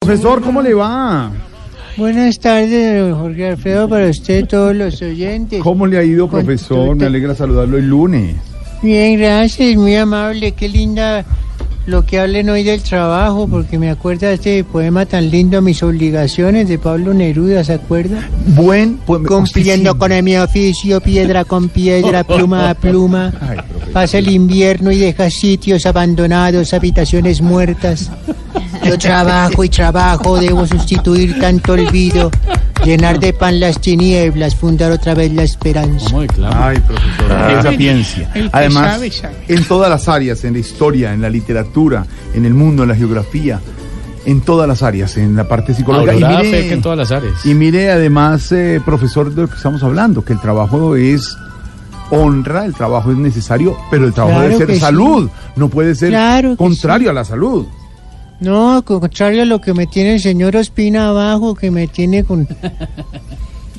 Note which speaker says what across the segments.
Speaker 1: Profesor, ¿cómo le va?
Speaker 2: Buenas tardes, don Jorge Alfredo, para usted todos los oyentes.
Speaker 1: ¿Cómo le ha ido,
Speaker 2: Con
Speaker 1: profesor? Me
Speaker 2: tute.
Speaker 1: alegra saludarlo el lunes.
Speaker 2: Bien, gracias, muy amable, qué linda lo que hablen hoy del trabajo, porque me acuerda de este poema tan lindo, Mis obligaciones, de Pablo Neruda, ¿se acuerda?
Speaker 1: Buen, pues,
Speaker 2: Cumpliendo con mi oficio, piedra con piedra, pluma a pluma.
Speaker 1: Ay, profesor.
Speaker 2: Pasa el invierno y deja sitios abandonados, habitaciones muertas. Yo trabajo y trabajo, debo sustituir tanto olvido, llenar de pan las tinieblas, fundar otra vez la esperanza.
Speaker 1: Ay, profesor, qué sapiencia.
Speaker 3: el que
Speaker 1: Además,
Speaker 3: sabe, sabe.
Speaker 1: en todas las áreas, en la historia, en la literatura, en el mundo, en la geografía, en todas las áreas, en la parte psicológica.
Speaker 4: Aurora
Speaker 1: y, mire,
Speaker 4: Feca en todas las áreas.
Speaker 1: y mire, además, eh, profesor, de lo que estamos hablando, que el trabajo es honra, el trabajo es necesario, pero el trabajo
Speaker 2: Claro
Speaker 1: debe
Speaker 2: que
Speaker 1: ser
Speaker 2: sí.
Speaker 1: salud, no puede ser
Speaker 2: Claro que
Speaker 1: contrario a la salud.
Speaker 2: No, contrario a lo que me tiene el señor Ospina abajo, que me tiene con...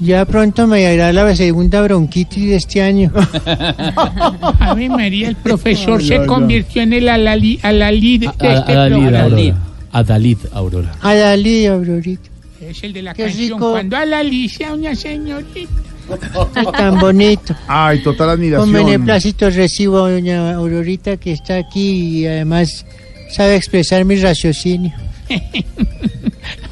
Speaker 2: Ya pronto me dará la segunda bronquitis de este año.
Speaker 3: Ave María, el profesor
Speaker 1: Ay,
Speaker 3: se
Speaker 1: ay, ay.
Speaker 3: convirtió en el alalí, alalí de
Speaker 4: A-
Speaker 3: de este
Speaker 4: a- Adalid,
Speaker 3: programa.
Speaker 4: Aurora. Adalid, Aurora.
Speaker 2: Adalí, Aurorita.
Speaker 3: Es el de la
Speaker 2: Qué
Speaker 3: canción.
Speaker 2: rico.
Speaker 3: Cuando alalí sea una señorita.
Speaker 2: Ay, tan bonito.
Speaker 1: Ay, total
Speaker 2: Con
Speaker 1: admiración.
Speaker 2: beneplácito recibo a doña Aurorita que está aquí y además sabe expresar mi raciocinio.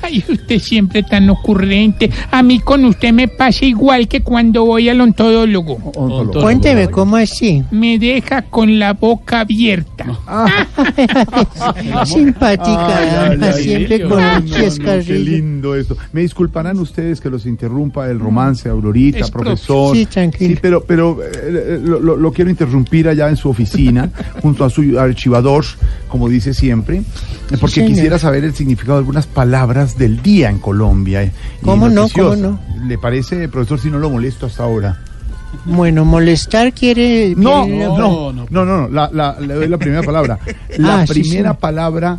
Speaker 3: Ay, usted siempre tan ocurrente. A mí con usted me pasa igual que cuando voy al ontólogo.
Speaker 1: Ontólogo.
Speaker 2: Cuénteme, ¿cómo así?
Speaker 3: Me deja con la boca abierta.
Speaker 2: Simpática,
Speaker 1: Ay, ay,
Speaker 2: además,
Speaker 1: ay,
Speaker 2: siempre
Speaker 4: ay,
Speaker 2: con un
Speaker 3: ay,
Speaker 1: No, no, no, qué
Speaker 2: chascarrillo.
Speaker 1: lindo esto. Me disculparán ustedes que los interrumpa el romance, Aurorita,
Speaker 3: Es propio.
Speaker 1: profesor.
Speaker 2: Sí, tranquilo.
Speaker 1: Sí, pero, pero eh, eh, lo, lo- lo quiero interrumpir allá en su oficina, junto a su archivador, como dice siempre, eh, porque
Speaker 2: señor.
Speaker 1: quisiera saber el significado de algunas palabras del día en Colombia. eh, y
Speaker 2: ¿Cómo no?
Speaker 1: noticiosas.
Speaker 2: ¿Cómo
Speaker 1: ¿Le parece, profesor, si no lo molesto hasta ahora?
Speaker 2: Bueno, molestar quiere...
Speaker 1: No,
Speaker 2: quiere-
Speaker 1: no, no, no, no, la, la- le doy la primera palabra. La
Speaker 2: Ah, sí,
Speaker 1: primera
Speaker 2: sí.
Speaker 1: palabra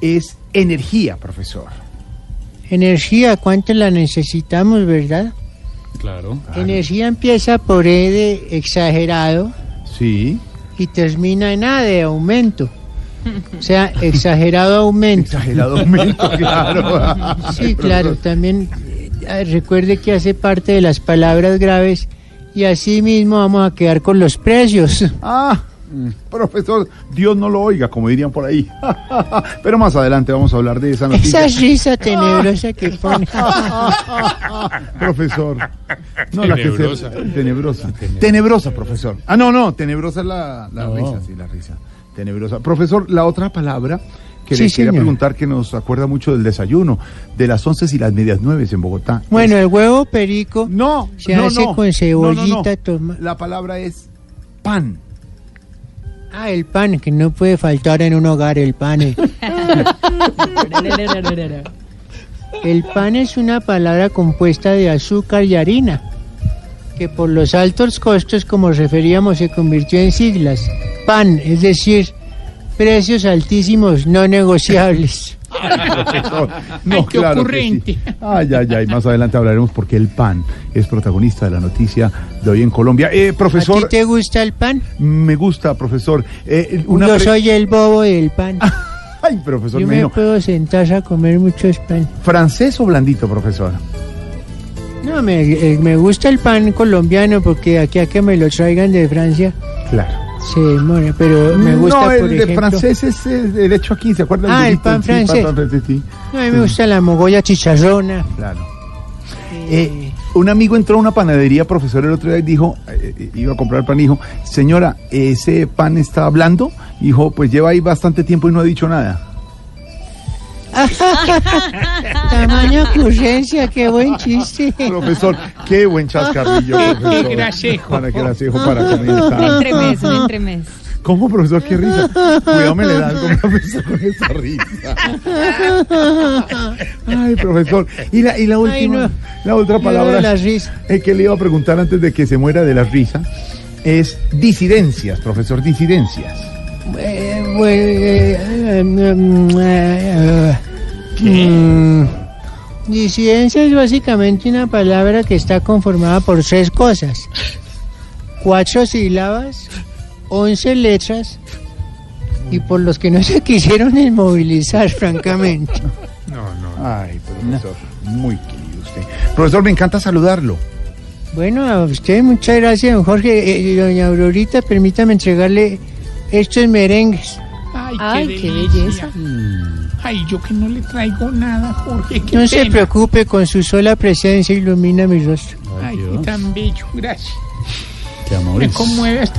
Speaker 1: es energía, profesor.
Speaker 2: Energía, ¿cuánto la necesitamos, verdad?
Speaker 4: Claro.
Speaker 2: Energía empieza por E de exagerado
Speaker 1: Sí.
Speaker 2: y termina en A de aumento. O sea, exagerado aumento.
Speaker 1: Exagerado aumento, claro.
Speaker 2: Sí, claro, también eh, recuerde que hace parte de las palabras graves y así mismo vamos a quedar con los precios.
Speaker 1: Ah, profesor, Dios no lo oiga, como dirían por ahí. Pero más adelante vamos a hablar de esa noticia.
Speaker 2: Esa risa tenebrosa que pone.
Speaker 1: profesor. No, la que se-
Speaker 4: Tenebrosa.
Speaker 1: tenebrosa. Tenebrosa, profesor. Ah, no, no, tenebrosa es la, la
Speaker 4: No.
Speaker 1: risa, sí, la risa. Tenebrosa. Profesor, la otra palabra que
Speaker 2: Sí,
Speaker 1: le quería
Speaker 2: señor.
Speaker 1: preguntar que nos acuerda mucho del desayuno, de las once y las medias nueve en Bogotá.
Speaker 2: Bueno, el huevo perico
Speaker 1: No,
Speaker 2: se
Speaker 1: no,
Speaker 2: hace
Speaker 1: no.
Speaker 2: con cebollita,
Speaker 1: No, no, no.
Speaker 2: toma-
Speaker 1: La palabra es pan.
Speaker 2: Ah, el pan, que no puede faltar en un hogar, el pan. eh. El pan es una palabra compuesta de azúcar y harina, que por los altos costos, como referíamos, se convirtió en siglas. Pan, es decir, precios altísimos no negociables.
Speaker 1: Profesor,
Speaker 3: Ay, qué
Speaker 1: que
Speaker 3: ocurrente.
Speaker 1: sí. Ay, ay, ay. Más adelante hablaremos porque el pan es protagonista de la noticia de hoy en Colombia. Eh,
Speaker 2: ¿A ti
Speaker 1: profesor,
Speaker 2: te gusta el pan?
Speaker 1: me gusta, profesor. Eh, una
Speaker 2: Yo
Speaker 1: pre- Ah,
Speaker 2: soy el bobo del pan.
Speaker 1: Ay, profesor,
Speaker 2: Yo
Speaker 1: me
Speaker 2: me
Speaker 1: imagino.
Speaker 2: puedo sentar a comer muchos pan.
Speaker 1: ¿Francés o blandito, profesor?
Speaker 2: No, me, eh, me gusta el pan colombiano porque aquí a que me lo traigan de Francia
Speaker 1: Claro.
Speaker 2: se demora, pero me gusta
Speaker 1: no, el
Speaker 2: por
Speaker 1: de
Speaker 2: ejemplo,
Speaker 1: francés es eh, el hecho aquí, ¿se acuerda?
Speaker 2: Ah, el
Speaker 1: durito?
Speaker 2: pan
Speaker 1: Sí, pan
Speaker 2: francés.
Speaker 1: francés, sí,
Speaker 2: no, a mí me gusta la mogolla chicharrona.
Speaker 1: claro. Eh, un amigo entró a una panadería, profesor, el otro día y dijo, eh, eh, iba a comprar pan, y dijo, señora, ¿ese pan está blando? Y dijo, pues lleva ahí bastante tiempo y no ha dicho nada.
Speaker 2: Tamaño ocurrencia, qué buen chiste.
Speaker 1: Profesor, qué buen chascarrillo, profesor.
Speaker 3: Qué gracejo.
Speaker 1: Para qué gracejo para comentar.
Speaker 5: Entremés, un entremés.
Speaker 1: ¿Cómo, profesor? Qué risa. Cuidado, me le da algo profesor con esa risa. Ay, profesor. Y la, y la última,
Speaker 2: Ay, no.
Speaker 1: la otra palabra
Speaker 2: La risa.
Speaker 1: eh, que le iba a preguntar antes de que se muera de la risa es disidencias, profesor, disidencias.
Speaker 2: Eh, bueno, eh, eh, mm, eh, mm, Disidencia es básicamente una palabra que está conformada por tres cosas. Cuatro sílabas, once letras y por los que no se quisieron inmovilizar, francamente.
Speaker 1: No, no, Ay, profesor, muy querido usted. Profesor, me encanta saludarlo.
Speaker 2: Bueno, a usted muchas gracias, don Jorge. Eh, doña Aurorita, permítame entregarle estos merengues.
Speaker 3: Ay, qué,
Speaker 5: Ay, qué
Speaker 3: delicia.
Speaker 5: belleza.
Speaker 4: Mm.
Speaker 3: Ay, yo que no le traigo nada, Jorge. qué
Speaker 2: No se
Speaker 3: pena.
Speaker 2: preocupe, con su sola presencia ilumina mi rostro.
Speaker 3: Ay,
Speaker 4: Dios,
Speaker 3: tan bello, gracias.
Speaker 4: qué
Speaker 3: Me
Speaker 4: amores.
Speaker 3: conmueve hasta